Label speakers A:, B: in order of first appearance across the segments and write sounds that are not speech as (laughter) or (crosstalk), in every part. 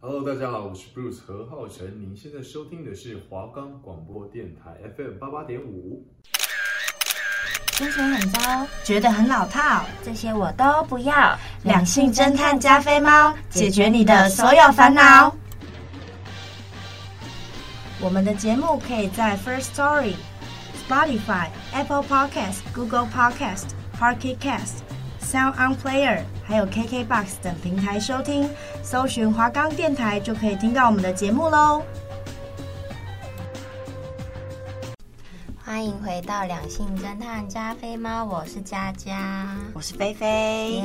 A: Hello，大家好，我是 Bruce 何浩晨，您现在收听的是华冈广播电台 FM 八八点五。
B: 心情很糟，
C: 觉得很老套。
B: 这些我都不要。
C: 两性侦探加菲猫，解决你的所有烦恼。我们的节目可以在 First Story、Spotify、Apple Podcast、Google Podcast、Pocket Cast、Sound On Player，还有 KKBox 等平台收听，搜寻华冈电台就可以听到我们的节目喽。
B: 欢迎回到两性侦探加菲猫，我是佳佳。
C: 我是菲
B: 耶、
C: 菲，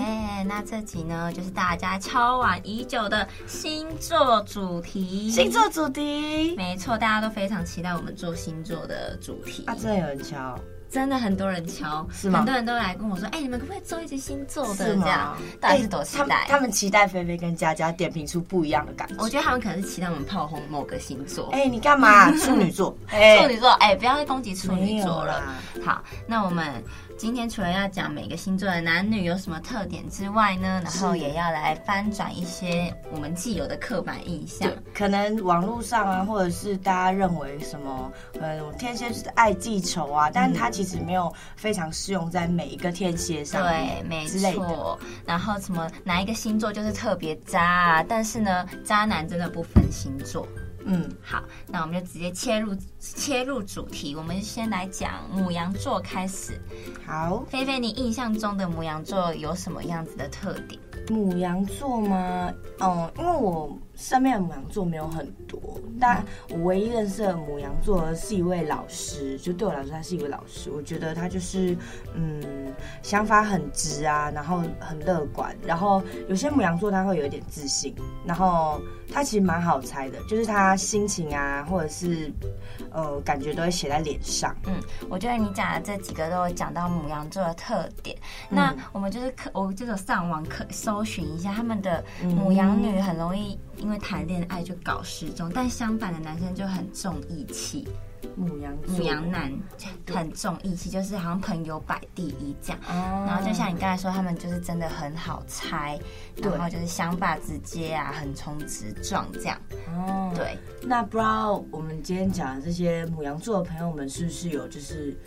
B: 那这集呢，就是大家敲碗已久的星座主题。
C: 星，座主题
B: 没错，大家都非常期待我们做星座的主题。
C: 啊，真的有人敲，
B: 真的很多人敲，
C: 是吗
B: 很多人都来跟我说，哎、你们可不可以做一集星座的
C: 是
B: 这样
C: 吗？？哎
B: 到底是多期
C: 他们
B: 待？
C: 他们期待菲菲跟佳佳点评出不一样的感觉。
B: 我觉得他们可能是期待我们炮轰某个星座。
C: 哎、你干嘛、处女座，
B: (laughs)
C: 哎、
B: 处女座，哎、不要再攻击处
C: 没
B: 女
C: 有
B: 座了。
C: 啦。
B: 好，那我们今天除了要讲每个星座的男女有什么特点之外呢，然后
C: 是
B: 也要来翻转一些我们既有的刻板印象
C: 对。，可能网络上啊，或者是大家认为什么，嗯，天蝎就是爱记仇啊，但
B: 嗯
C: 它其实没有非常适用在每一个天蝎上
B: 对，
C: 面
B: 没
C: 之类的。
B: 错。然后什么哪一个星座就是特别渣啊？但是呢，渣男真的不分星座。
C: 嗯，
B: 好，那我们就直接切入切入主题，我们先来讲母羊座开始。
C: 好，
B: 菲菲，你印象中的母羊座有什么样子的特点？
C: 母羊座吗？嗯，因为我身边的母羊座没有很多，但我唯一认识的母羊座是一位老师，就对我来说，他是一位老师。我觉得他就是，嗯，想法很直啊，然后很乐观，然后有些母羊座他会有一点自信，然后他其实蛮好猜的，就是他心情啊，或者是呃，感觉都会写在脸上。
B: 我觉得你讲的这几个都有讲到母羊座的特点。那我们就是可，我就是有上网可搜寻一下，他们的
C: 嗯
B: 母羊女很容易因为谈恋爱就搞失踪，但相反的男生就很重义气，
C: 母羊座，
B: 母羊男很重义气，就是好像朋友摆第一这样。
C: 哦，
B: 然后就像你刚才说，他们就是真的很好猜，然
C: 对
B: 后就是想法直接啊，横冲直撞这样。
C: 哦，
B: 对，
C: 那不知道我们今天讲的这些母羊座的朋友们是不是有就是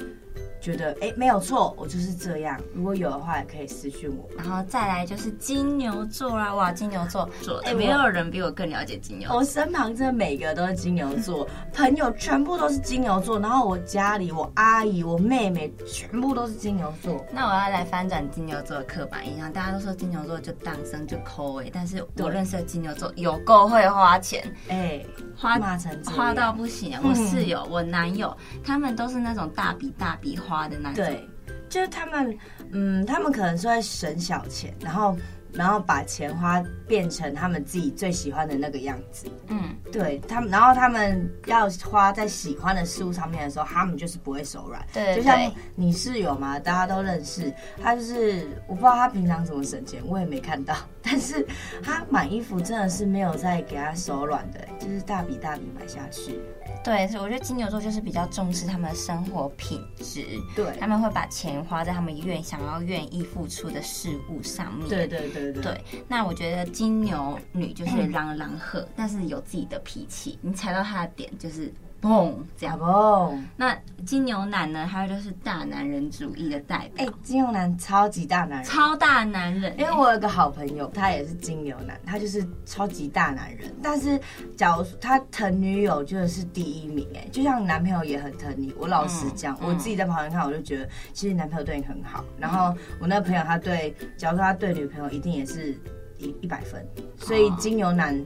C: 觉得哎、诶没有错，我就是这样。如果有的话，也可以私讯我。
B: 然后再来就是金牛座啦，哇，金牛座，哎、
C: 哎
B: 没
C: 我
B: 有人比我更了解金牛座。
C: 我身旁真的每个都是金牛座，朋友全部都是金牛座，然后我家里我阿姨我妹妹全部都是金牛座。
B: 那我要来翻转金牛座的刻板印象，大家都说金牛座就当生就抠哎，但是我
C: 对
B: 认识的金牛座有够会花钱，
C: 哎、
B: 花
C: 骂成这样
B: 花啊到不行。啊
C: 嗯
B: 我室友、我男友，他们都是那种大笔大笔花的那种。
C: 对，就是他们，嗯，他们可能是会省小钱，然后然后把钱花变成他们自己最喜欢的那个样子。
B: 嗯，
C: 对他们，然后他们要花在喜欢的事物上面的时候，他们就是不会手软。
B: 对
C: 就像
B: 对
C: 你室友嘛，大家都认识，他就是我不知道他平常怎么省钱，我也没看到， (laughs) 但是他买衣服真的是没有在给他手软的，就是大笔大笔买下去。
B: 对，所以我觉得金牛座就是比较重视他们的生活品质，
C: 对
B: 他，们会把钱花在他们愿想要愿意付出的事物上面。
C: 对对对对
B: 对，那我觉得金牛女就是朗朗赫，但是有自己的脾气，你踩到她的点就是嘣这
C: 阿
B: 样。
C: 不，
B: 那金牛男呢，他就是大男人主义的代
C: 哎、
B: 表，
C: 金牛男超级大男人。
B: 超大男人。
C: 因为我有个好朋友，他也是金牛男，他就是超级大男人。但是，假如说他疼女友，就是第一名哎、就像男朋友也很疼你。我老实讲，
B: 嗯
C: 我自己在旁边看，我就觉得其实男朋友对你很好。然后我那个朋友，他对，假如说他对女朋友一定也是一一百分。所以
B: 哦
C: 金牛男，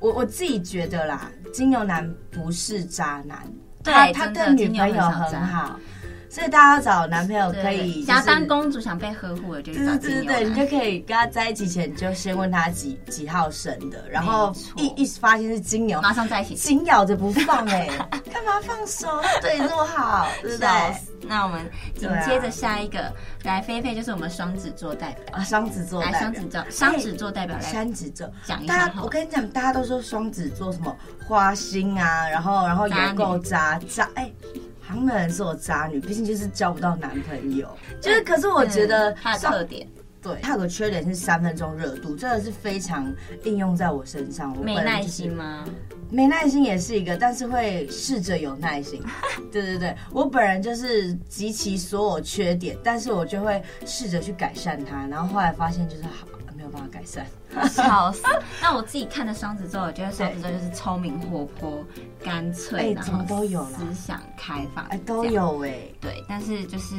C: 我我自己觉得啦，金牛男不是渣男，
B: 对
C: 他他
B: 真的
C: 对女
B: 金牛
C: 朋友
B: 很少渣
C: 很好。所以大家要找男朋友
B: 对
C: 可以、就是、
B: 想要当公主，想被呵护的，就
C: 对
B: 嗯是找
C: 对
B: 金
C: 对
B: 牛
C: 对，你
B: 男。
C: 就可以跟他在一起前，你就先问他几几号生的，然后
B: 没错
C: 一一发现是金牛，
B: 马上在一起。
C: 紧咬着不放
B: (laughs)
C: 哎、干嘛放手？对你这么好，对不对？
B: 笑死那我们紧
C: 对啊
B: 接着下一个，来菲菲就是我们双子座代表，
C: 啊，双子座
B: 来
C: 代
B: 双
C: 表
B: 子，座，双子座代表来
C: 双子座。
B: 讲一
C: 大
B: 下
C: 家，
B: 好
C: 我
B: 了。
C: 跟你讲，大家都说双子座什么花心啊，然后然后
B: 渣
C: 有
B: 女
C: 够渣渣，哎、好像没有人说我渣女，毕竟就是交不到男朋友。就是，可是我觉得
B: 嗯它的
C: 双
B: 特点，对，
C: 它有个缺点是三分钟热度，这个是非常应用在我身上。我
B: 没
C: 本人
B: 耐
C: 就是
B: 心吗？
C: 没耐心也是一个，但是会试着有耐心。
B: (laughs)
C: 对对对，我本人就是集齐所有缺点，但是我就会试着去改善它，然后后来发现就是好没有办法改善。
B: 笑死！那我自己看的双子座，我觉得双子座就是聪明、活泼、干脆，
C: 哎
B: 然
C: 怎么
B: 后
C: 都有啦
B: 思想开放，
C: 哎，都
B: 这样
C: 有哎、
B: 对，但是就是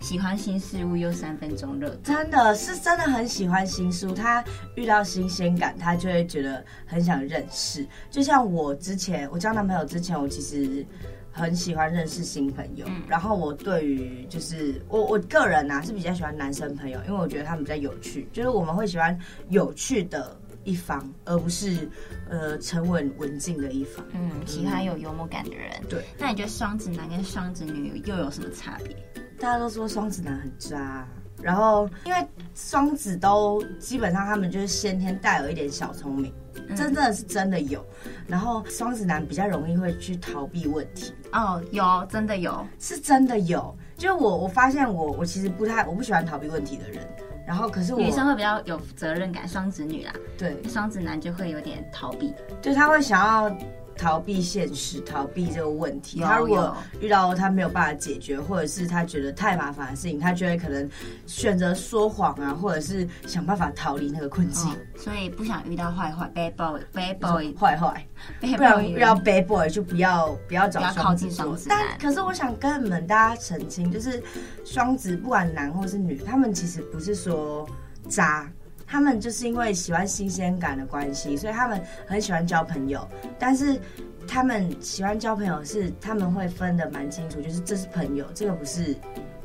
B: 喜欢新事物又三分钟热度。
C: 真的是真的很喜欢新书，他遇到新鲜感，他就会觉得很想认识。就像我之前，我交男朋友之前，我其实很喜欢认识新朋友。然后我对于就是我我个人啊是比较喜欢男生朋友，因为我觉得他们比较有趣，就是我们会喜欢有趣的一方，而不是呃沉稳文静的一方。
B: 嗯，喜欢有幽默感的人。
C: 对，
B: 那你觉得双子男跟双子女又有什么差别？
C: 大家都说双子男很渣，然后因为双子都基本上他们就是先天带有一点小聪明，
B: 嗯
C: 这真的是真的有。然后双子男比较容易会去逃避问题，
B: 哦，有，真的有。
C: 是真的有。就是我我发现我我其实不太我不喜欢逃避问题的人，然后可是我
B: 女生会比较有责任感，双子女啦，
C: 对
B: 双子男就会有点逃避。
C: 对他会想要。逃避现实，逃避这个问题。
B: 有
C: 他如
B: 有
C: 果遇到他没有办法解决，或者是他觉得太麻烦的事情，他就会可能选择说谎啊，或者是想办法逃离那个困境。
B: 哦，所以不想遇到坏坏 bad boy bad boy
C: 坏坏，
B: bad
C: 不然
B: boy，
C: 遇到 bad boy 就不要不要找
B: 不要靠
C: 双子
B: 近双
C: 座
B: 子。
C: 但
B: 男
C: 可是我想跟你们大家澄清，就是双子不管男或是女，他们其实不是说渣。他们就是因为喜欢新鲜感的关系，所以他们很喜欢交朋友。但是他们喜欢交朋友是他们会分得蛮清楚，就是这是朋友，这个不是，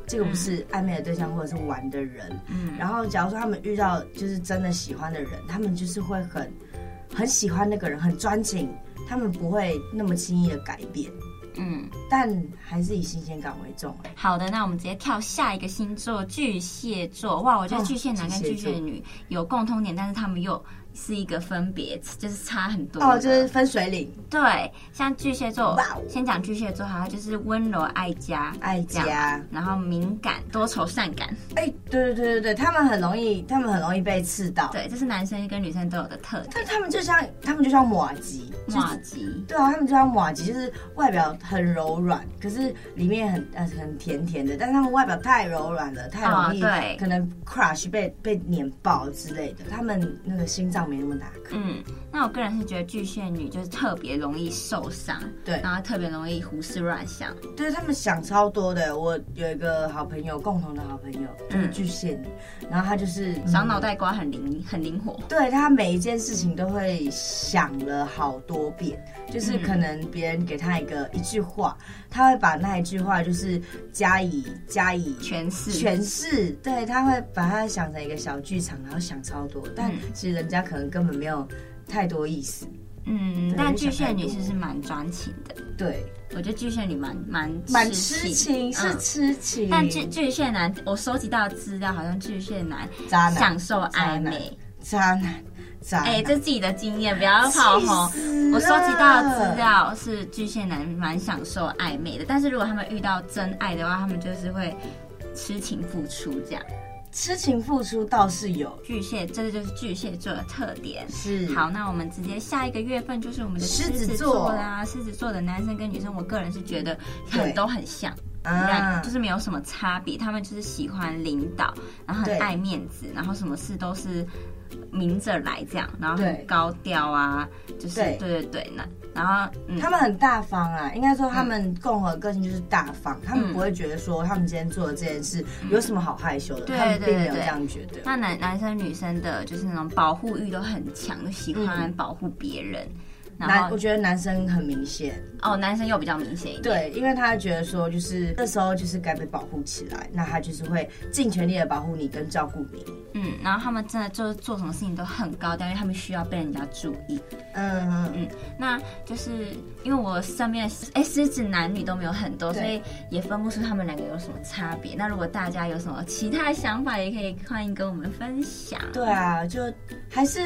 C: 这个不是暧昧的对象或者是玩的人。
B: 嗯，
C: 然后假如说他们遇到就是真的喜欢的人，他们就是会很很喜欢那个人，很专情，他们不会那么轻易的改变，
B: 嗯，
C: 但还是以新鲜感为重、哎
B: 好的，那我们直接跳下一个星座，巨蟹座。哇，我觉得
C: 哦
B: 巨蟹男跟
C: 巨
B: 巨
C: 蟹座
B: 蟹女有共通点，但是他们又是一个分别，就是差很多的。
C: 哦，就是分水岭，
B: 对，像巨蟹座
C: 哇哦，
B: 先讲巨蟹座哈，它就是温柔爱家，
C: 爱
B: 这
C: 家
B: 样，然后敏感、多愁善感。
C: 哎、对对对对对，他们很容易，他们很容易被刺到，
B: 对，这是男生跟女生都有的特点。
C: 但他们就像他们就像马吉，就是
B: 马吉，
C: 对啊，他们就像马吉，就是外表很柔软，可是里面很呃很甜甜的，但是他们外表太柔软了，太容易、
B: 哦对
C: 可能 crush 被被碾爆之类的，他们那个心脏没那么大颗。
B: 嗯，那我个人是觉得巨蟹女就是特别容易受伤，
C: 对
B: 然后特别容易胡思乱想。
C: 对他们想超多的。我有一个好朋友，共同的好朋友就是
B: 嗯
C: 巨蟹女，然后她就是嗯
B: 小嗯脑。袋瓜很灵，很灵活。
C: 对她每一件事情都会想了好多遍，就是
B: 嗯
C: 可能别人给她一个一句话，她会把那一句话就是加以加以
B: 全是
C: 诠释，对，他会把它想成一个小剧场，然后想超多，但
B: 嗯
C: 其实人家可能根本没有太多意思。
B: 嗯
C: 对，
B: 但
C: 就
B: 巨蟹
C: 想太
B: 女
C: 多
B: 其实蛮专情的，
C: 对，
B: 我觉得巨蟹女蛮蛮
C: 蛮痴情，
B: 嗯
C: 是痴情，
B: 但巨巨蟹男，我收集到的资料好像巨蟹男
C: 渣男
B: 享，受暧昧，
C: 渣男，渣男，
B: 哎、这是自己的经验，不要炮轰。
C: 红
B: 我收集到的资，料是巨蟹男蛮享受暧昧的，但是如果他们遇到真爱的话，他们就是会痴情付出这样。
C: 痴情付出倒是有，
B: 巨蟹，这个就是巨蟹座的特点。
C: 是
B: 好，那我们直接下一个月份就是我们的
C: 狮子
B: 子
C: 座
B: 啦。狮子座的男生跟女生，我个人是觉得很
C: 对
B: 都很像，
C: 啊，
B: 就是没有什么差别。他们就是喜欢领导，然后很
C: 对
B: 爱面子，然后什么事都是明着来这样，然后
C: 对
B: 很高调啊，就是
C: 对
B: 对对对，那然后嗯，
C: 他们很大方啊，应该说他们共和个性就是大方，他们不会觉得说他们今天做的这件事有什么好害羞的，
B: 对
C: 他们并没有
B: 嗯对对
C: 这
B: 对
C: 样觉得。
B: 那男男生女生的就是那种保护欲都很强，就喜欢保护别人。然
C: 嗯男，我
B: 后
C: 觉得男生很明显，
B: 哦，男生又比较明显一点。
C: 对，因为他觉得说，就是这时候就是该被保护起来，那他就是会尽全力的保护你跟照顾你。
B: 嗯，然后他们真的就是做什么事情都很高调，因为他们需要被人家注意。
C: 嗯嗯，
B: 那就是因为我身边的哎狮子男女都没有很多，
C: 对
B: 所以也分不出他们两个有什么差别。那如果大家有什么其他的想法，也可以欢迎跟我们分享。
C: 对啊，就还是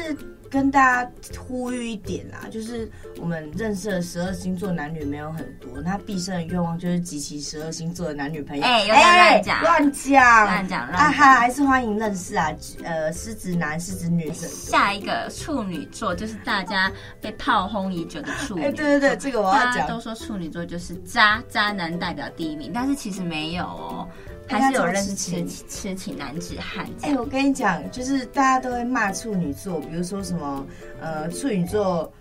C: 跟大家呼吁一点啦，就是我们认识的十二星座男女没有很多，那毕生的愿望就是集齐十二星座的男女朋友。
B: 哎有点乱讲
C: 乱讲，
B: 乱讲乱讲
C: 啊哈，还是欢迎认识啊，呃狮子男、狮子女很多。
B: 下一个处女座就是大家被炮轰已久的处女
C: 哎，
B: 座。
C: 对对对，这个我要
B: 大家都
C: 讲。
B: 说处女座就是渣，渣男代表第一名，但是其实没有哦，
C: 哎
B: 还是有认识
C: 他超
B: 痴
C: 痴情
B: 痴情男子汉这
C: 哎、
B: 样。
C: 我跟你讲，就是大家都会骂处女座，比如说什么呃处女座，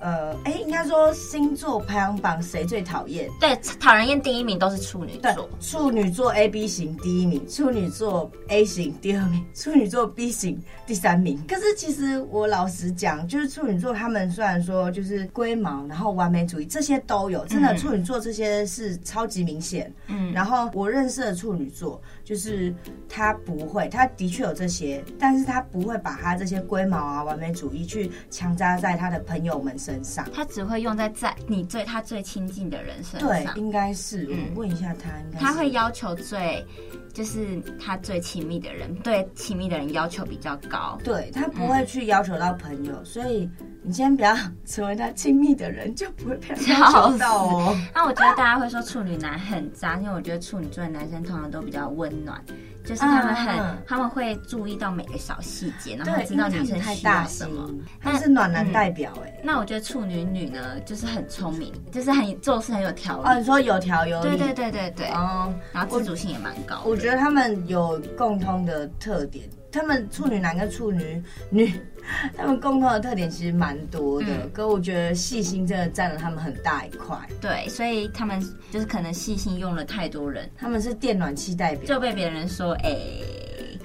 C: 呃哎、应该说星座排行榜谁最讨厌？
B: 对，讨人厌第一名都是处女
C: 对
B: 座。，
C: 处女座 A B 型第一名，处女座 A 型第二名，处女座 B 型第三名。可是其实我老实讲，就是处女座他们虽然说就是龟毛，然后完美主义这些都有，真的
B: 嗯
C: 处女座这些是超级明显。
B: 嗯，
C: 然后我认识的处女座，就是他不会，他的确有这些，但是他不会把他这些龟毛啊、完美主义去强加在他的朋友们身上。
B: 他只会用在在你最他最亲近的人身
C: 对，
B: 上，
C: 应该是。
B: 嗯
C: 我问一下他，应该是
B: 他会要求最就是他最亲密的人，对亲密的人要求比较高。
C: 对他不会去要求到朋友，所以你先不要成为他亲密的人，就不会被他要求到哦。
B: 那我觉得大家会说处女男很渣，因为我觉得处女座的男生通常都比较温暖，就是他们很、
C: 嗯
B: 他们会注意到每个小细节，然后
C: 对，
B: 知
C: 因为
B: 道
C: 他
B: 女
C: 们
B: 生
C: 太
B: 需
C: 大
B: 要
C: 心
B: 什么。，嗯
C: 他是暖男代表哎、
B: 那我觉得处女女呢，就是很聪明，就是很做事很有条
C: 哦，
B: 理。
C: 你说有条有理，
B: 对对对对对，
C: 哦，
B: 然后自主性也蛮高的
C: 我觉得他们有共通的特点，他们处女男跟处女女，他们共通的特点其实蛮多的，
B: 嗯
C: 可我觉得细心真的占了他们很大一块，
B: 对，所以他们就是可能细心用了太多人，
C: 他们是电暖气代表，
B: 就被别人说哎。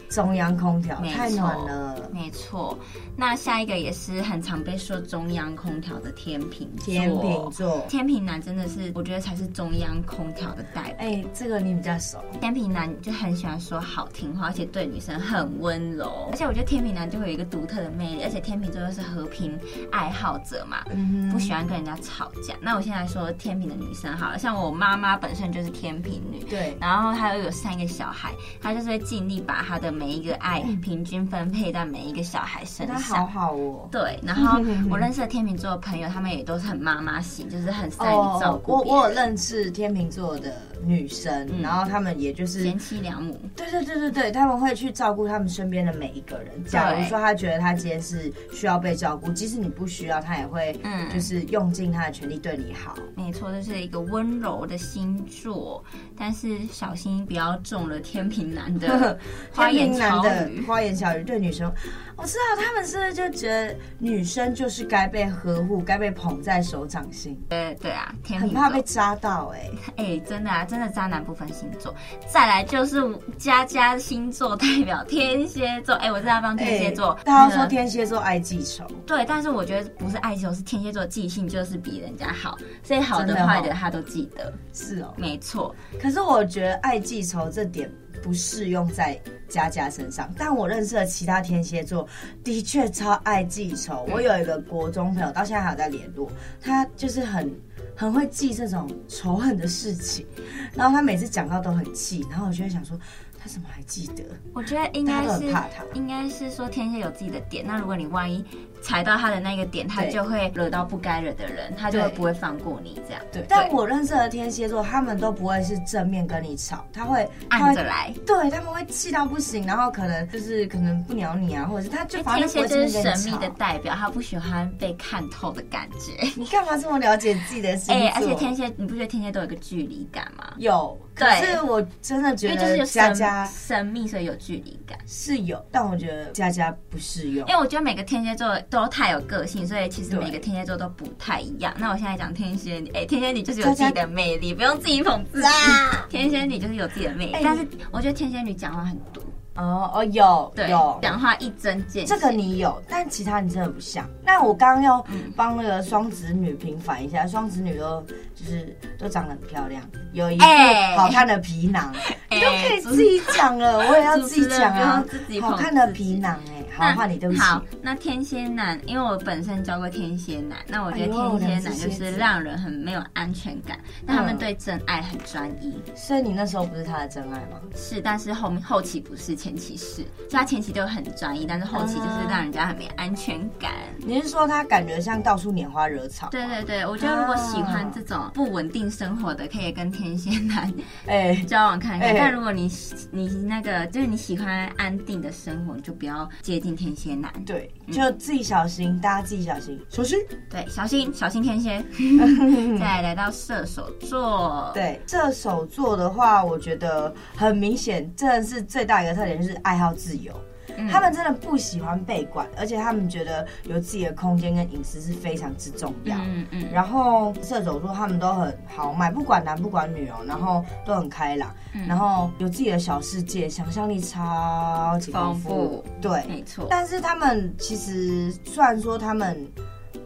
C: 中央空调
B: 没
C: 太
B: 错
C: 暖了。
B: 没错，那下一个也是很常被说中央空调的天秤座。
C: 天秤座，
B: 天秤男真的是，我觉得才是中央空调的代表。
C: 哎、这个你比较熟。
B: 天秤男就很喜欢说好听话，而且对女生很温柔。而且我觉得天秤男就会有一个独特的魅力，而且天秤座又是和平爱好者嘛，
C: 嗯
B: 不喜欢跟人家吵架。那我现在说天秤的女生好了，像我妈妈本身就是天秤女。
C: 对，
B: 然后她又有三个小孩，她就是会尽力把她的每一个爱平均分配到每一个小孩身
C: 他嗯好
B: 上。
C: 好哦。
B: 对，然后我认识的天秤座的朋友，他们也都是很妈妈型，就是很善于照顾
C: 哦我
B: 别人
C: 我有认识天秤座的女生，
B: 嗯
C: 然后她们也就是，
B: 贤妻良母。
C: 对对对对对，他们会去照顾他们身边的每一个人。假如说他觉得他今天是需要被照顾，即使你不需要，他也会
B: 嗯
C: 就是用尽他的全力对你好。
B: 没错，这是一个温柔的星座，但是小心不要中了天平男
C: (laughs)
B: 的花
C: 天
B: 言
C: 秤男
B: 巧
C: 的
B: 语。
C: 花言巧语对女生，我知道他们是不是就觉得女生就是该被呵护，该被捧在手掌心，
B: 对对啊，天
C: 很
B: 平
C: 怕
B: 座
C: 被，扎到哎、
B: 哎、真的啊，真的渣男不分星座。再来就是佳佳星座代表天蝎座，哎、我知道帮天蝎座，
C: 欸大家
B: 那
C: 说
B: 个
C: 天蝎座爱记仇，
B: 对，但是我觉得不是爱记仇，是天蝎座记性就是比人家好，所以好
C: 真
B: 的
C: 的哦
B: 坏的他都记得。
C: 是哦。
B: 没错，
C: 可是我觉得爱记仇这点不适用在佳佳身上，但我认识的其他天蝎座的确超爱记仇。
B: 嗯
C: 我有一个国中朋友，到现在还有在联络，他就是很。很会记这种仇恨的事情，然后他每次讲到都很气，然后我就会想说，他怎么还记得？
B: 我觉得应
C: 大
B: 该
C: 家都很
B: 是
C: 怕他。
B: 应该是说天蝎有自己的点，那如果你万一踩到他的那个点，他
C: 对
B: 就会惹到不该惹的人，他就会
C: 对
B: 不会放过你这样。
C: 对，但我认识的天蝎座，他们都不会是正面跟你吵，他会他
B: 按
C: 会
B: 着来，
C: 对他们会气到不行，然后可能就是可能不鸟你啊，或者是他就反
B: 天
C: 正
B: 蝎
C: 不
B: 就是神
C: 会跟
B: 秘
C: 你
B: 的
C: 吵。
B: 代表，他不喜欢被看透的感觉。
C: 你干嘛这么了解自己的星座？
B: 哎、而且天蝎，你不觉得天蝎都有一个距离感吗？
C: 有，可
B: 对
C: 是我真的
B: 因
C: 觉
B: 为就是
C: 得
B: 有
C: 佳
B: 神
C: 佳
B: 神秘，所以有距离感。
C: 是有，但我觉得佳佳不适用
B: 因。为我觉得每个天蝎座都太有个性，所以其实
C: 对
B: 每个天蝎座都不太一样。那我现在讲天蝎女，哎、天蝎女就是有
C: 大
B: 自
C: 家
B: 己的魅力，不用自己捧自己。 (laughs) 天蝎女就是有自己的魅力，
C: 哎
B: 但是我觉得天蝎女讲话很毒，
C: 哦哦，有
B: 对
C: 有，，
B: 讲话一针见血。
C: 这个你有，但其他你真的不像。那我刚刚要
B: 嗯
C: 帮那个双子女平反一下，双子女都就是都长得很漂亮，有一副
B: 哎
C: 好看的皮囊，
B: 哎
C: 你都可以自己讲了，我也要自己讲啊
B: 主持人不要自己，捧
C: 好看的皮囊哎、好，换你，对不起。
B: 好，那天蝎男，因为我本身教过天蝎男，那我觉得
C: 哎
B: 天蝎男就是让人很没有安全感，那、他们对真爱很专一，
C: 所以你那时候不是他的真爱吗？
B: 是，但是后面后期不是，前期是，所以他前期都很专一，但是后期就是让人家很没安全感。
C: 你是说他感觉像到处拈花惹草？
B: 对对对，我觉得如果喜欢这种不稳定生活的，可以跟天蝎男
C: 哎、
B: 交往看看。
C: 哎
B: 但如果你喜你那个就是你喜欢安定的生活，你就不要接近天蝎男。
C: 对，就自己小心，大家自己小心，小心。
B: 对，嗯小心小心天蝎。
C: 嗯
B: 再来到射手座，，
C: (laughs) 对，射手座的话，我觉得很明显，真的是最大一个特点就是爱好自由。
B: 嗯
C: 他们真的不喜欢被管，而且他们觉得有自己的空间跟隐私是非常之重要。
B: 嗯嗯，
C: 然后射手座他们都很豪迈，不管男不管女哦，然后都很开朗，
B: 嗯
C: 然后有自己的小世界，想象力超级丰富
B: 丰富。
C: 对，
B: 没错，
C: 但是他们其实虽然说他们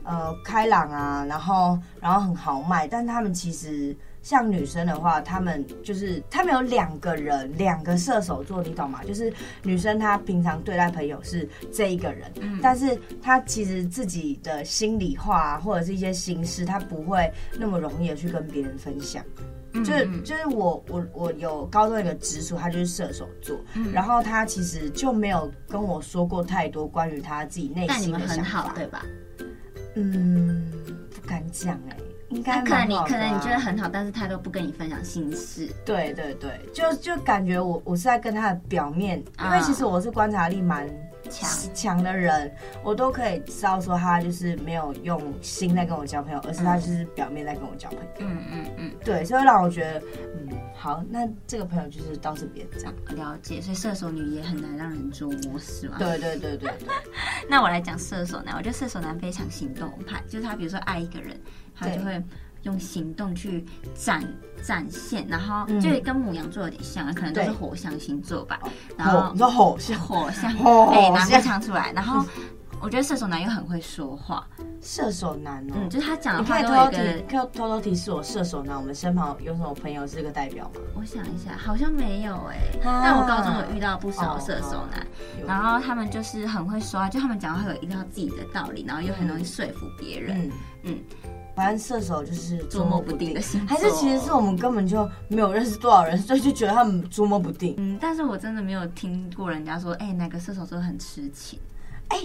C: 呃开朗啊，然后然后很豪迈，但他们其实像女生的话，他们就是他们有两个人，两个射手座，你懂吗？就是女生她平常对待朋友是这一个人，
B: 嗯
C: 但是她其实自己的心里话、啊、或者是一些心事，她不会那么容易的去跟别人分享。
B: 嗯
C: 就是
B: 嗯
C: 就是我我我有高中有个直属，他就是射手座，
B: 嗯
C: 然后他其实就没有跟我说过太多关于他自己内
B: 但你
C: 心
B: 们
C: 的
B: 很
C: 想
B: 好啊
C: 法，。
B: 对吧？
C: 嗯，不敢讲哎、应该
B: 那可能
C: 蛮
B: 你
C: 好的
B: 可
C: 啊
B: 能你觉得很好，但是他都不跟你分享心事，
C: 对对对，就就感觉我我是在跟他的表面，因为
B: 啊
C: 其实我是观察力蛮
B: 强
C: 强的人，我都可以知道说他就是没有用心在跟我交朋友，而是他就是表面在跟我交朋友。
B: 嗯嗯嗯。
C: 对，所以让我觉得，嗯，好，那这个朋友就是到这边这样。
B: 嗯了解，所以射手女也很难让人捉摸，是吗？。
C: 对对对对对，
B: 那我来讲射手男，我觉得射手男非常行动派，就是他比如说爱一个人，他
C: 对
B: 就会用行动去展展现，然后
C: 嗯
B: 就跟母羊座有点像，可能都是
C: 对
B: 火象星座吧
C: 哦。
B: 然
C: 吼，
B: 后
C: 你说吼
B: 是
C: 像
B: 火象，
C: 火
B: 哎，拿
C: 象
B: 火象出来，然后。
C: 嗯
B: 我觉得射手男又很会说话，
C: 射手男哦，
B: 嗯，就是他讲的
C: 你可
B: 话
C: 以
B: 都
C: 偷
B: 有
C: 偷
B: 一
C: 提，
B: 个，
C: 可以偷偷提示我射手男，我们身旁有什么朋友是这个代表吗？
B: 我想一下，好像没有哎、
C: 啊哦
B: 但我高中有遇到不少射手男，
C: 有
B: 然后他们就是很会说话，就他们讲话会有一套自己的道理，然后又很容易说服别人，
C: 嗯嗯
B: 嗯，
C: 反正射手就是
B: 捉摸不定的。星座。
C: 还是其实是我们根本就没有认识多少人，所以就觉得他们捉摸不定。
B: 嗯，但是我真的没有听过人家说，哎、哪个射手座很痴情，
C: 哎、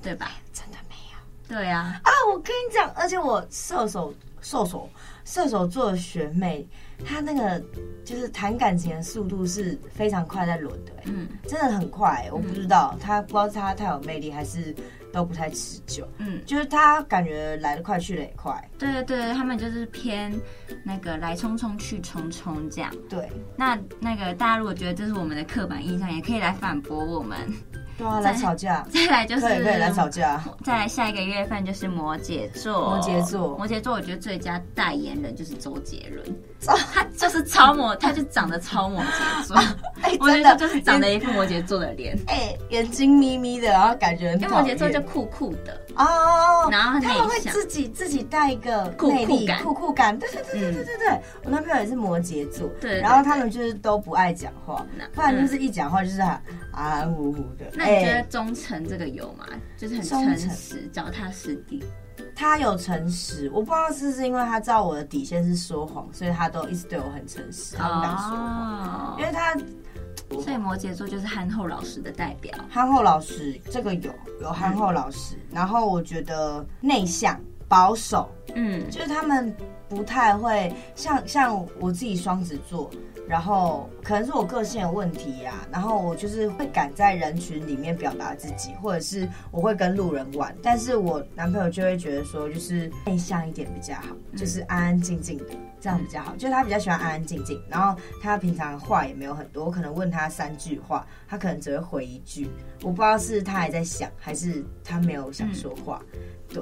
B: 对吧？
C: 真的没有
B: 对啊，
C: 啊！我跟你讲，而且我射手射手射手座的学妹，她那个就是谈感情的速度是非常快在轮的、哎
B: 嗯
C: 真的很快、欸我不知道他不知道是他太有魅力，还是都不太持久。
B: 嗯，
C: 就是他感觉来得快，去得也快。
B: 对对对，他们就是偏那个来匆匆去匆匆这样。
C: 对，
B: 那那个大家如果觉得这是我们的刻板印象，也可以来反驳我们。 (laughs)
C: 对啊，来吵架，
B: 再来就是
C: 可以可以来吵架。
B: 再来下一个月份就是摩羯座，
C: 摩羯座
B: 摩羯座，我觉得最佳代言人就是周杰
C: (laughs)
B: 伦，
C: 哦
B: 他就是超摩，他就长得超摩羯座，
C: (laughs) 哎、
B: (laughs) 我觉
C: 真
B: 得
C: 的
B: 就是长得一副摩羯座的脸，
C: 哎、眼睛眯眯的，然后感觉很
B: 因为摩
C: 讨
B: 羯座就
C: 厌。
B: 酷酷的，
C: 哦，
B: 然后
C: 他
B: 内
C: 们会
B: 向，
C: 自己自己带一个
B: 酷
C: 内力
B: 酷感嗯
C: 酷酷感，对对对对对对对。我男朋友也是摩羯座，
B: 对对
C: 然后他们就是都不爱讲话
B: 那，
C: 不然就是一讲话就是啊啊呼呼的。
B: 那你觉
C: 哎
B: 得忠诚这个有吗？就是很
C: 忠
B: 诚
C: 诚
B: 实、脚踏实地。
C: 他有诚实，我不知道是不是因为他知道我的底线是说谎，所以他都一直对我很诚实，他不敢说谎，因为他
B: 所以摩羯座哦就是憨厚老实的代表。
C: 憨厚老实，这个有有憨厚老实，然后我觉得内向保守，
B: 嗯
C: 就是他们不太会像像我自己双子座，然后可能是我个性的问题呀、然后我就是会敢在人群里面表达自己，或者是我会跟路人玩，但是我男朋友就会觉得说，就是内向一点比较好，就是安安静静的。这样比较好，就是他比较喜欢安安静静，然后他平常话也没有很多，我可能问他三句话，他可能只会回一句，我不知道是他还在想，还是他没有想说话，对，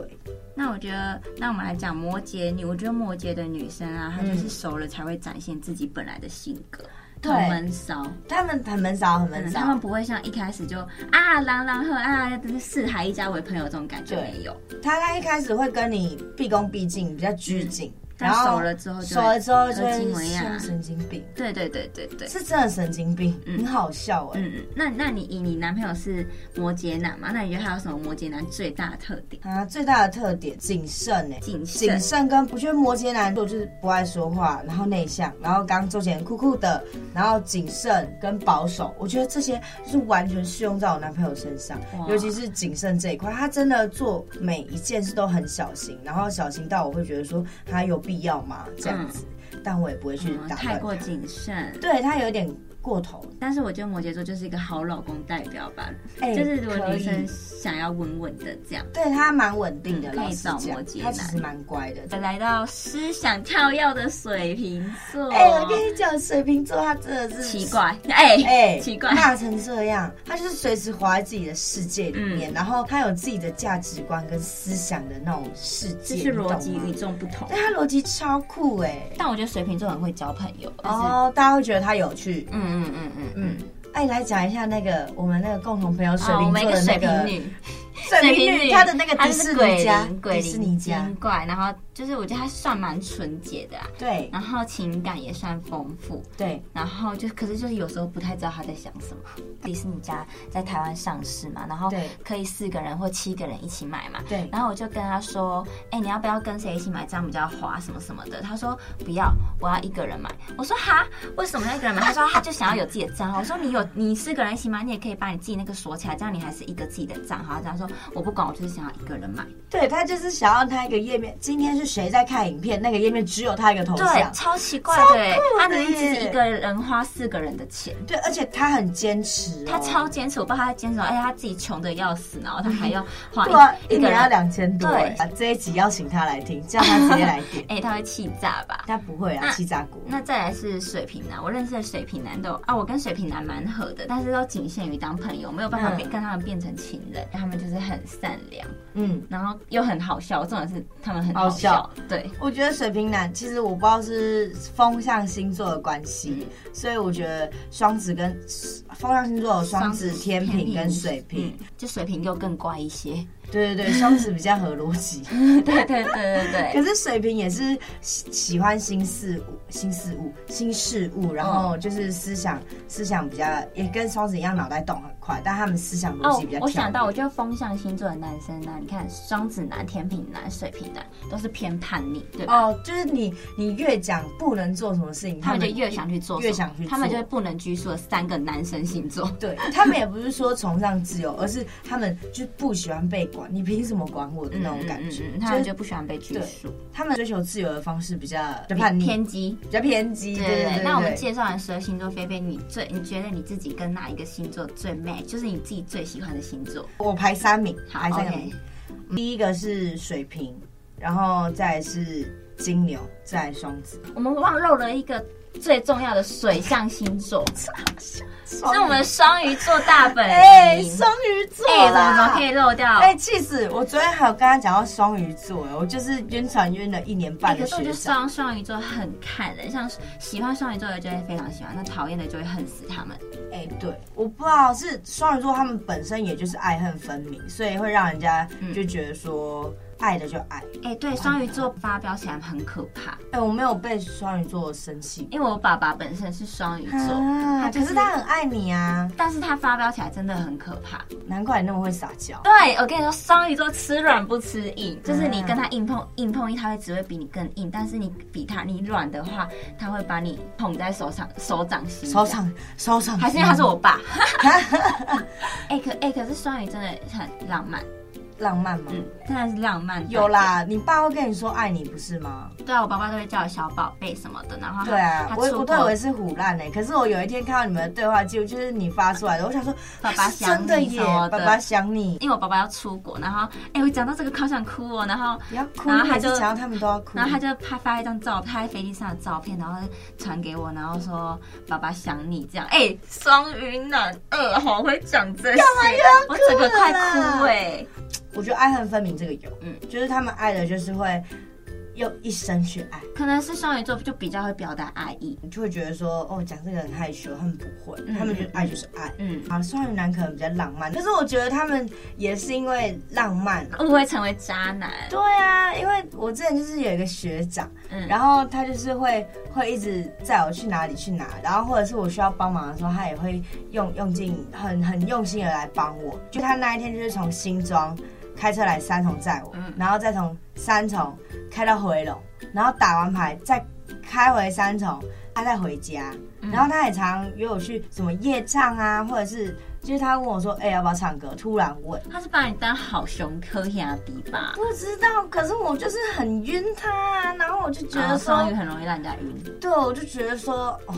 B: 那我觉得，那我们来讲摩羯女。我觉得摩羯的女生啊，她就是熟了才会展现自己本来的性格，
C: 嗯对
B: 很闷骚。
C: 他们很闷骚，很闷
B: 嗯，
C: 骚。
B: 他们不会像一开始就啊朗朗和啊四海一家为朋友这种感觉
C: 对
B: 没有。
C: 他他一开始会跟你毕恭毕敬，比较拘谨，
B: 但
C: 然
B: 嗯
C: 后
B: 熟了之后就
C: 熟了之后就
B: 就
C: 会
B: 金文
C: 像
B: 样。
C: 神经病，
B: 对对对对啊对。
C: 是真的神经病，
B: 嗯
C: 很好笑哎、
B: 嗯，嗯，那那你以你男朋友是摩羯男嘛？那你觉得他有什么摩羯男最大的特点？
C: 啊，最大的特点谨慎哎、
B: 谨慎
C: 谨。慎跟我觉得摩羯男就是不爱说话，然后内向，然后刚刚周杰伦酷酷的，然后谨慎跟保守，我觉得这些就是完全适用在我男朋友身上
B: 哇，
C: 尤其是谨慎这一块，他真的做每一件事都很小心，然后小心到我会觉得说他有必要吗这样子，但我也不会去
B: 嗯
C: 打
B: 太
C: 断
B: 过
C: 他，
B: 谨慎。
C: 对他有点过头，
B: 但是我觉得摩羯座就是一个好老公代表吧，
C: 哎
B: 就是如果
C: 可
B: 女
C: 以
B: 生想要稳稳的这样。
C: 对他蛮稳定的，
B: 嗯
C: 老
B: 可以
C: 实
B: 找摩
C: 讲，
B: 羯
C: 他其
B: 男
C: 实蛮乖的，
B: 再来到思想跳跃的水瓶座，
C: 哎、我跟你讲，水瓶座他真的是
B: 奇怪，哎、(laughs)
C: 哎、
B: 奇怪，
C: 骂成这样，他就是随时活在自己的世界里面，
B: 嗯
C: 然后他有自己的价值观跟思想的那种世界，
B: 这是
C: 你懂
B: 逻辑
C: 吗
B: 与众不同
C: 对。他逻辑超酷哎、
B: 但我觉得水瓶座很会交朋友，就是，
C: 哦，大家会觉得他有趣。
B: 嗯嗯嗯嗯嗯，
C: 哎，来讲一下那个我们那个共同朋友水
B: 啊，我
C: 瓶
B: 们一
C: 座
B: 个
C: 的
B: 水
C: 那
B: 瓶
C: 个
B: 女，
C: 水瓶女，她的那个
B: 她
C: 迪
B: 是
C: 士
B: 鬼
C: 尼家
B: 灵，鬼灵
C: 迪士尼家
B: 精，怪，然后就是我觉得她算蛮纯洁的啊，
C: 对
B: 然后情感也算丰富，
C: 对，
B: 然后就可是就是有时候不太知道他在想什么。迪士尼家在台湾上市嘛，然后
C: 对
B: 可以四个人或七个人一起买嘛。
C: 对
B: 然后我就跟他说：“哎、你要不要跟谁一起买？这样比较划什么什么的。”他说：“不要，我要一个人买。”我说：“哈，为什么要一个人买？”他说：“他就想要有自己的账号。”我说：“你有你四个人一起买，你也可以把你自己那个锁起来，这样你还是一个自己的账号。”他说：“我不管，我就是想要一个人买。
C: 对，他就是想要他一个页面，今天是谁在看影片，那个页面只有他一个头”
B: 对，
C: 像，
B: 超奇怪
C: 超酷
B: 的欸，他
C: 的
B: 能自己
C: 耶
B: 一个人花四个人的钱。
C: 对，而且他很坚持哦、
B: 他超坚持，我不知道他坚持什么，而哎且他自己穷的要死，然后他还要花
C: 对啊，
B: 一一
C: 一
B: 个
C: 年
B: 人
C: 要，两千多。
B: 对。
C: 哎啊，这一集邀请他来听，叫他直接来点
B: 哎、他会气炸吧？
C: 他不会啊，
B: 那
C: 欺诈股。
B: 那再来是水瓶男，我认识的水瓶男都有啊，我跟水瓶男蛮合的，但是都仅限于当朋友，没有办法
C: 嗯
B: 变、跟他们变成情人。他们就是很善良，
C: 嗯，
B: 然后又很好笑，重点是他们很
C: 好
B: 好
C: 笑
B: 笑，对，
C: 我觉得水瓶男其实我不知道是风象星座的关系，所以我觉得双子跟风象星座有双子、天平跟水瓶。
B: 嗯就水瓶又更乖一
C: (laughs)
B: 些，
C: 对对对，双子比较合逻辑，
B: 对对对对对。
C: 可是水瓶也是喜喜欢新事物、新事物、新事物，然
B: 嗯
C: 后就是思想思想比较也跟双子一样，脑袋动很快，但他们思想逻
B: 哦
C: 辑比较，跳跃。
B: 我想到，我觉得风象星座的男生呢、你看双子男、天平男、水瓶男都是偏叛逆，对吧？
C: 哦，就是你你越讲不能做什么事情，
B: 他们就越想去做什么，
C: 越想去做
B: 他们就是不能拘束的三个男生星座。
C: 对他们也不是说崇尚自由，而是他们就不喜欢被管，你凭什么管我 (laughs) 的那种感觉
B: 嗯嗯嗯，他嗯们
C: 就
B: 就不喜欢被拘束，
C: 他们追求自由的方式比较比较叛逆，
B: 偏激。
C: 比较偏激，对对对。
B: 那我们
C: 对
B: 介绍完十二星座，菲菲，你最你觉得你自己跟哪一个星座最 match？就是你自己最喜欢的星座。
C: 我排三名，
B: 好
C: 排三个
B: OK
C: 名，嗯第一个是水瓶，然后再来是金牛，再来双子。
B: 我们忘漏了一个最重要的水象星
C: (laughs)
B: 座，是我们双鱼座大本
C: 哦哎，
B: 营。
C: 双鱼座
B: 哎，怎么怎
C: 啦
B: 么可以漏掉？
C: 哎、气死！我昨天还有跟他讲到双鱼座，我就是晕船晕了一年半
B: 哎可
C: 的
B: 是我觉
C: 学
B: 得
C: 长。
B: 双双鱼座很看人，像喜欢双鱼座的就会非常喜欢，那讨厌的就会恨死他们。
C: 哎、对，我不知道是双鱼座，他们本身也就是爱恨分明，所以会让人家
B: 嗯
C: 就觉得说、爱的就爱。
B: 哎、对，双鱼座发飙起来很可怕，
C: 哎、我没有被双鱼座生气
B: 因为我爸爸本身是双鱼座，
C: 啊，
B: 哎他就
C: 可是他很爱你啊，
B: 但是他发飙起来真的很可怕。
C: 难怪你那么会撒娇。
B: 对，我跟你说，双鱼座吃软不吃硬，就是你跟他硬碰硬碰硬，他会只会比你更硬，但是你比他你软的话，他会把你捧在手上手掌心这
C: 手
B: 样。
C: 掌，手掌，
B: 还是因为他是我爸。 (laughs) 哎、可哎、可是双鱼真的很浪漫，
C: 浪漫吗？
B: 嗯，真的是浪漫。
C: 有啦，你爸会跟你说爱你，不是吗？
B: 对啊，我爸爸都会叫我小宝贝什么的，然后他
C: 对啊
B: 他，
C: 我
B: 出
C: 我
B: 国
C: 都以为是虎烂欸呢、可是我有一天看到你们的对话记录，就是你发出来的，我想说，
B: 爸爸
C: 是
B: 想
C: 真
B: 你
C: 的耶，
B: 什么
C: 爸
B: 的
C: 爸想你，
B: 因为我爸爸要出国，然后哎、我讲到这个好想哭哦，然后
C: 不要哭，
B: 然后他
C: 每次
B: 就
C: 讲到他们都要哭，
B: 然后他就拍发一张照，拍在飞机上的照片，然后传给我，然后说爸爸想你这样，哎、双鱼男二好会讲这些，我整个快哭哎、
C: 我觉得爱恨分明这个有，嗯
B: 嗯，
C: 就是他们爱的就是会又一生去爱，
B: 可能是双鱼座就比较会表达爱意，
C: 你就会觉得说，哦，讲这个很害羞，他们不会，
B: 嗯
C: 他们觉得爱就是爱。
B: 嗯，
C: 好，双鱼男可能比较浪漫，可是我觉得他们也是因为浪漫。
B: 会不嗯会成为渣男？
C: 对啊，因为我之前就是有一个学长，
B: 嗯，
C: 然后他就是会会一直载我去哪里去哪，然后或者是我需要帮忙的时候，他也会用用尽很很用心的来帮我。就他那一天就是从新庄开车来三重载我，
B: 嗯
C: 然后再从三重开到回龙，然后打完牌再开回三重，他再回家。
B: 嗯
C: 然后他也常约我去什么夜唱啊，或者是就是他问我说，哎、要不要唱歌？突然问，
B: 他是把你当好熊科亚迪吧？
C: 不知道，可是我就是很晕他、啊，然后我就觉
B: 然后
C: 得说。
B: 双鱼很容易让人家晕，
C: 对，我就觉得说，哦，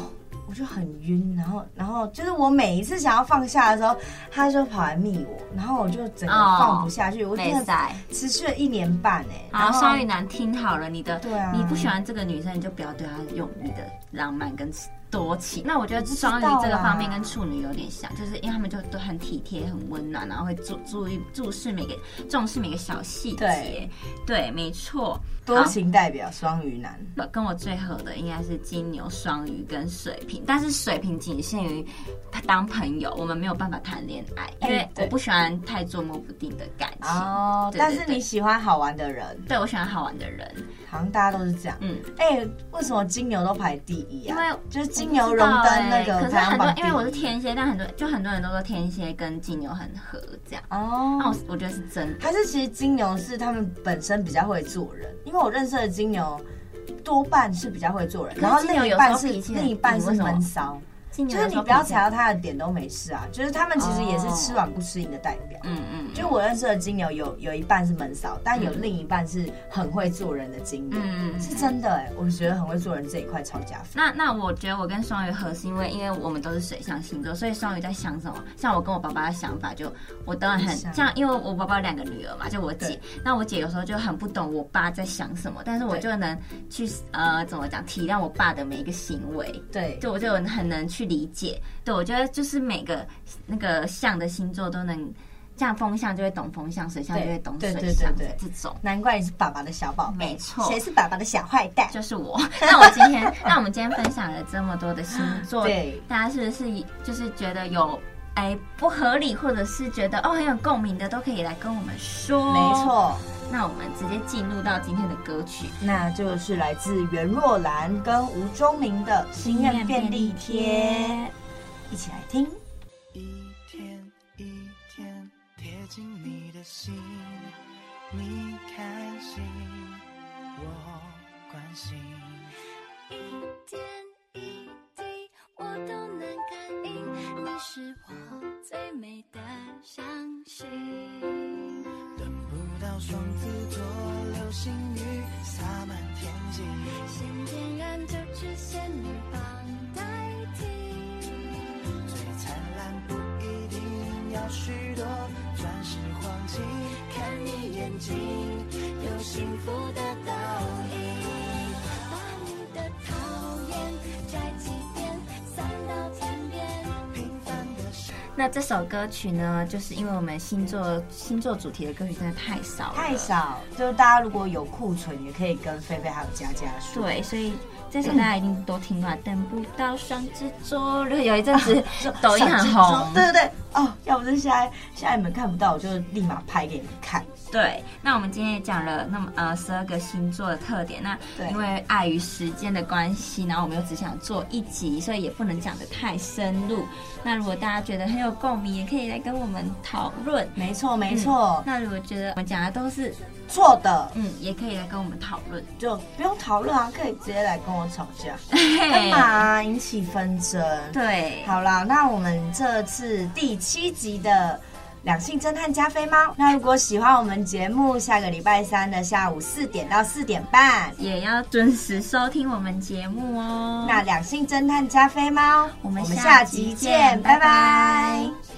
C: 我就很晕，然后，然后就是我每一次想要放下的时候，他就跑来密我，然后我就整个
B: 哦
C: 放不下去，我
B: 内
C: 真的
B: 塞。
C: 持续了一年半哎、
B: 好，双鱼男听好了，你的
C: 对啊
B: 你不喜欢这个女生，你就不要对她用你的浪漫跟多情。那我觉得双鱼
C: 知道啦
B: 这个方面跟处女有点像，就是因为他们就都很体贴、很温暖，然后会注注意注视每个重视每个小细节
C: 对。
B: 对，没错。
C: 多情代表双鱼男，
B: 好跟我最合的应该是金牛、双鱼跟水瓶，但是水瓶仅限于当朋友，我们没有办法谈恋爱，因为
C: 哎对
B: 我不喜欢太捉摸不定的感情。
C: 哦
B: 对对
C: 但是
B: 对
C: 你喜欢好玩的人，
B: 对我喜欢好玩的人，
C: 好像大家都是这样。
B: 嗯。
C: 哎、为什么金牛都排第一
B: 因
C: 啊？
B: 为
C: 就是金牛荣登那
B: 我
C: 个
B: 不知道欸可是
C: 排行
B: 很多
C: 榜，第一
B: 因为我是天蝎，但很多就很多人都说天蝎跟金牛很合这样。那
C: 哦
B: 我，我觉得是真的，
C: 还是其实金牛是他们本身比较会做人，因为我认识的金牛多半是比较会做人，
B: 可是
C: 然后
B: 金牛
C: 另一
B: 有时候
C: 半是
B: 脾气很
C: 另一半是
B: 硬为什么
C: 闷骚，
B: 金牛
C: 就是
B: 有
C: 你
B: 时候
C: 不要
B: 脾气很哦
C: 踩到他的点都没事啊，就是他们其实也是吃软不吃硬的代表。
B: 嗯嗯，
C: 就我认识的金牛有有一半是闷骚，但有另一半是很会做人的金牛，
B: 嗯嗯
C: 是真的哎、我觉得很会做人这一块超加分。
B: 那那我觉得我跟双鱼合是因为因为我们都是水象星座，所以双鱼在想什么？像我跟我爸爸的想法就，我当然很
C: 很像
B: 像，因为我爸爸有两个女儿嘛，就我姐
C: 对，
B: 那我姐有时候就很不懂我爸在想什么，但是我
C: 对
B: 就能去呃怎么讲体谅我爸的每一个行为，
C: 对，
B: 对我就很能去理解。对我觉得就是每个那个象的星座都能，像风象就会懂风象，水象就会懂
C: 对
B: 水
C: 对对
B: 象
C: 对对
B: 这种。
C: 难怪你是爸爸的小宝贝，
B: 没错
C: 谁是爸爸的小坏蛋？
B: 就是我。那我今天，那我们今天分享了这么多的星座，
C: 对
B: 大家是不是就是觉得有哎不合理，或者是觉得哦很有共鸣的，都可以来跟我们说。
C: 没，错。
B: 那我们直接进入到今天的歌曲。
C: 那就是来自袁若兰跟吴忠明的《心愿便利贴》，一起来听。
D: 一天一天贴近你的心，你开心，我关心。
E: 一点一滴我都能感应，你是我最美的相信。
D: 等不到双子座流星雨洒满天际，
E: 先点燃九支仙女棒代替，
D: 最灿烂不一定要许多钻石黄金，
E: 看你眼睛有幸福的倒影，把你的讨厌摘几遍，散到天边。
D: 平凡的生
B: 那这首歌曲呢，就是因为我们星座星座主题的歌曲真的太少了，
C: 太。少，就是大家如果有库存，也可以跟菲菲还有佳佳说。
B: 对，所以这首大家一定都听过，等不到双子座， (laughs) 有一阵子抖音很红，
C: 对对对，哦，要不是现在现在你们看不到，我就立马拍给你们看。
B: 对，那我们今天也讲了那么呃十二个星座的特点，那
C: 对
B: 因为碍于时间的关系，然后我们又只想做一集，所以也不能讲的太深入。那如果大家觉得很有共鸣，也可以来跟我们讨论。
C: 没错没错，
B: 那如果觉得我们讲的都是
C: 错的
B: 嗯，也可以来跟我们讨论。
C: 就不用讨论啊，可以直接来跟我吵架，干
B: 干
C: 嘛、？引起纷争？
B: 对，
C: 好啦，那我们这次第七集的两性侦探加菲猫，那如果喜欢我们节目，下个礼拜三的下午四点到四点半，
B: 也要准时收听我们节目哦。
C: 那两性侦探加菲猫，
B: 我们
C: 我们
B: 下
C: 下
B: 集
C: 集
B: 见
C: 见，
B: 拜拜
C: 拜拜